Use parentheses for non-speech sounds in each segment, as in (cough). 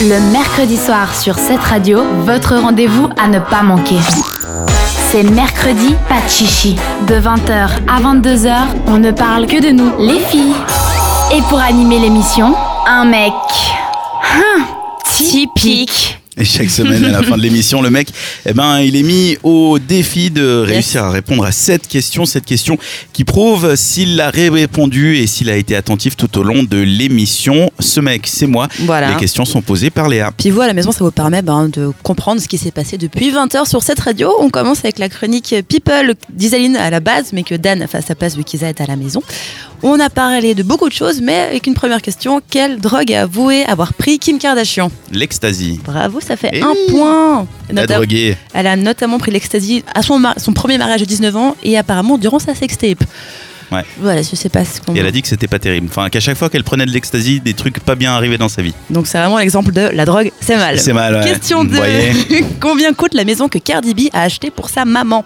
Le mercredi soir sur cette radio, votre rendez-vous à ne pas manquer. C'est mercredi, pas de chichi. De 20h à 22h, on ne parle que de nous, les filles. Et pour animer l'émission, un mec. Hum, typique. Et chaque semaine, à la fin de l'émission, le mec, eh ben, il est mis au défi de réussir à répondre à cette question, cette question qui prouve s'il a répondu et s'il a été attentif tout au long de l'émission. Ce mec, c'est moi. Voilà. Les questions sont posées par Léa. Pivot à la maison, ça vous permet ben, de comprendre ce qui s'est passé depuis 20h sur cette radio. On commence avec la chronique People d'Isaline à la base, mais que Dan fasse sa place vu qu'Isa est à la maison. On a parlé de beaucoup de choses, mais avec une première question quelle drogue a avoué avoir pris Kim Kardashian L'extasie. Bravo, ça fait Eh un oui. point La Nota- droguée. Elle a notamment pris l'ecstasy à son, mar- son premier mariage de 19 ans et apparemment durant sa sextape. Ouais. Voilà, je sais pas ce qu'on. Et elle a dit que c'était pas terrible. Enfin, qu'à chaque fois qu'elle prenait de l'extasie, des trucs pas bien arrivaient dans sa vie. Donc c'est vraiment l'exemple de la drogue, c'est mal. C'est mal. ouais. Question Vous voyez de (laughs) combien coûte la maison que Cardi B a achetée pour sa maman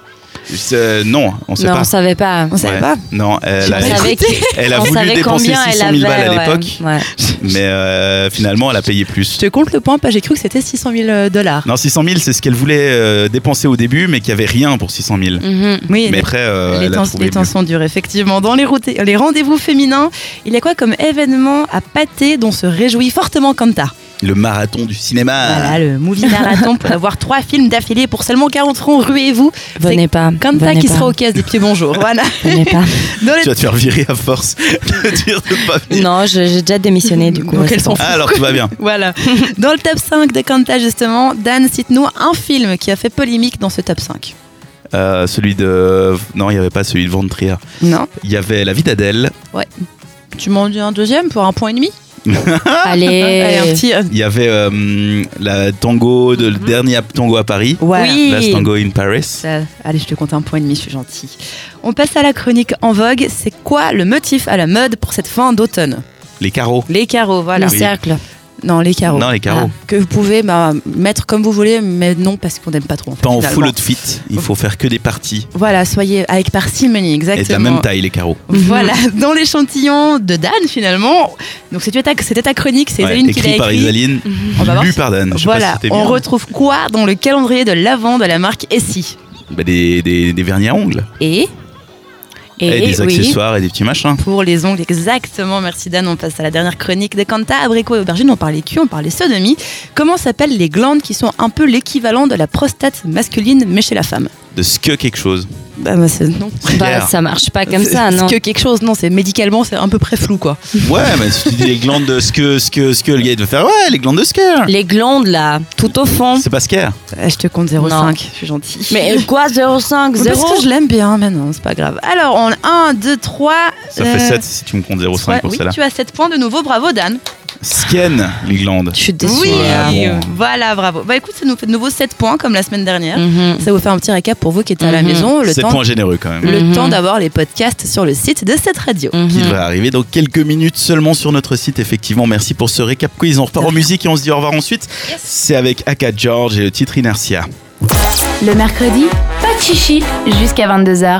Euh, non, on sait non, pas. on savait pas. On savait Ouais. pas. Non, elle a, On savait, que- elle a on voulu savait dépenser combien 600 elle 000 avait. balles à ouais. l'époque, Ouais. mais euh, finalement, elle a payé plus. Je te compte le point, pas j'ai cru que c'était 600 000 euh, dollars. Non, 600 000, c'est ce qu'elle voulait euh, dépenser au début, mais qu'il n'y avait rien pour 600 000. Mhm. Oui, Mais les- après, euh, les, elle a temps, trouvé les temps mieux. sont durs, effectivement. Dans les, route- les rendez-vous féminins, il y a quoi comme événement à pâté dont se réjouit fortement Kanta le marathon du cinéma. Ah. Voilà, le (laughs) movie marathon pour avoir trois films d'affilée pour seulement 40 francs, ruez-vous. C'est Venez pas. Kanta venez qui pas, sera aux caisses des pieds bonjour. (laughs) Voilà. (laughs) venez pas. Dans les- Tu vas te faire virer à force de (laughs) dire de pas venir. Non, je- j'ai déjà démissionné du coup. Donc c'est elle s'en bon. fout. Ah, alors tout va bien. Voilà. (laughs) Dans le top 5 de Kanta, justement, Dan, cite-nous un film qui a fait polémique dans ce top 5. Euh, celui de. Non, il n'y avait pas celui de Van Trier. Non. Il y avait La vie d'Adèle. Tu m'en dis un deuxième pour un point et demi Allez, un Allez. petit. euh, Il y avait euh, la tango, de, le dernier tango à Paris. voilà. Last Tango in Paris. Ça- Allez, je te compte un point et demi, je suis gentille. On passe à la chronique en vogue. C'est quoi le motif à la mode pour cette fin d'automne Les carreaux. Les carreaux, voilà. Le Oui. cercle. Non, les carreaux. Non, les carreaux. Que vous pouvez bah, mettre comme vous voulez, mais non, parce qu'on n'aime pas trop. Pas en finalement. full outfit. Il faut faire que des parties. Voilà, soyez avec parcimonie, Et exactement. de la même taille, les carreaux. Voilà, (laughs) dans l'échantillon de Dan finalement. Donc c'était ta, c'était ta chronique, c'est Ouais, Isaline qui l'a écrit par écrit. Isaline, On va voir lu si- par Dan. Je sais pas Voilà, si c'était on bien. retrouve quoi dans le calendrier de l'avant de la marque Essie Bah, des, des, des vernis à ongles. Et Et, des oui. accessoires et des petits machins. pour les ongles, exactement, merci Dan, on passe à la dernière chronique de Kanta, abricot et aubergine, on parlait cul, on parlait sodomie. Comment s'appellent les glandes qui sont un peu l'équivalent de la prostate masculine mais chez la femme De ce que quelque chose. (laughs) Bah, bah, c'est- non. Bah, Pierre. ça marche pas comme ça, C'est- non c'est Que quelque chose, non, c'est médicalement, c'est un peu près flou quoi. Ouais, mais si tu dis les glandes de Sker, Sker, Sker, le gars il doit faire Ouais, les glandes de Sker Les glandes là, tout au fond. C'est pas Sker Euh, je te compte 0,5, je suis gentille. Mais quoi, 0,5, Parce 0 que je l'aime bien, mais non, c'est pas grave. Alors, on a 1, 2, 3. Ça fait 7 si tu me comptes 0,5 pour Euh, oui, celle-là. tu as 7 points de nouveau, bravo Dan. Sken, les glandes. Je suis déçue. Oui, là. Ouais, bon. voilà, bravo. Bah écoute, ça nous fait de nouveau 7 points comme la semaine dernière. Mhm. Ça vous fait un petit récap pour vous qui êtes à la Mhm. maison, le C'est temps, point généreux quand même. le Mhm. temps d'avoir les podcasts sur le site de cette radio. Qui Mhm. devrait arriver dans quelques minutes seulement sur notre site. Effectivement, merci pour ce récap quiz. On repart en musique et on se dit au revoir ensuite. C'est avec Aka George et le titre Inertia. Le mercredi, pas de chichi jusqu'à 22h.